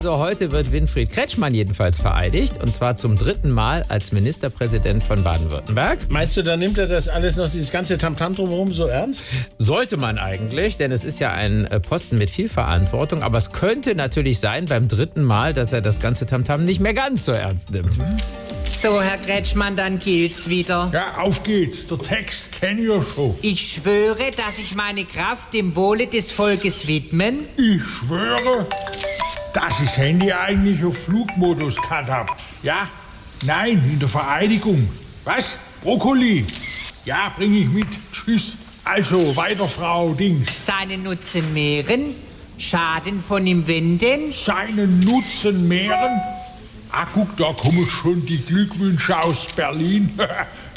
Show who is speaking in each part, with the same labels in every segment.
Speaker 1: So, heute wird Winfried Kretschmann jedenfalls vereidigt und zwar zum dritten Mal als Ministerpräsident von Baden-Württemberg.
Speaker 2: Meinst du, da nimmt er das alles noch, dieses ganze Tamtam drumherum so ernst?
Speaker 1: Sollte man eigentlich, denn es ist ja ein äh, Posten mit viel Verantwortung, aber es könnte natürlich sein beim dritten Mal, dass er das ganze Tamtam nicht mehr ganz so ernst nimmt.
Speaker 3: So, Herr Kretschmann, dann gilt's wieder.
Speaker 4: Ja, auf geht's. Der Text kenn ihr schon.
Speaker 3: Ich schwöre, dass ich meine Kraft dem Wohle des Volkes widmen.
Speaker 4: Ich schwöre, dass ich Handy eigentlich auf Flugmodus gehabt hab. Ja? Nein, in der Vereidigung. Was? Brokkoli? Ja, bring ich mit. Tschüss. Also, weiter, Frau Dings.
Speaker 3: Seinen Nutzen mehren, Schaden von ihm wenden.
Speaker 4: Seinen Nutzen mehren? Ah, guck, da kommen schon die Glückwünsche aus Berlin.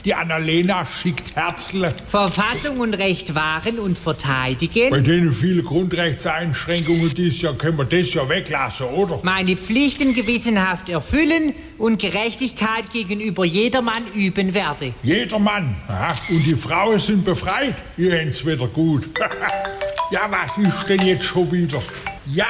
Speaker 4: Die Annalena schickt Herzle.
Speaker 3: Verfassung und Recht wahren und
Speaker 4: Bei
Speaker 3: verteidigen.
Speaker 4: denen viele Grundrechtseinschränkungen dies Jahr können wir das ja weglassen, oder?
Speaker 3: Meine Pflichten gewissenhaft erfüllen und Gerechtigkeit gegenüber jedermann üben werde.
Speaker 4: Jedermann. Aha. Und die Frauen sind befreit. Ihr händt's wieder gut. ja, was ist denn jetzt schon wieder? Ja.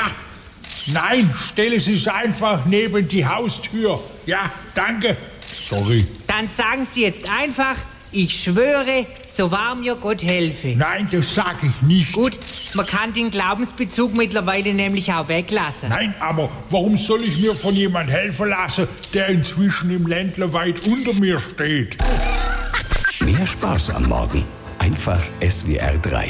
Speaker 4: Nein, stelle Sie es einfach neben die Haustür. Ja, danke. Sorry.
Speaker 3: Dann sagen Sie jetzt einfach, ich schwöre, so wahr mir Gott helfe.
Speaker 4: Nein, das sag ich nicht.
Speaker 3: Gut, man kann den Glaubensbezug mittlerweile nämlich auch weglassen.
Speaker 4: Nein, aber warum soll ich mir von jemand helfen lassen, der inzwischen im Ländle weit unter mir steht?
Speaker 5: Mehr Spaß am Morgen. Einfach SWR 3.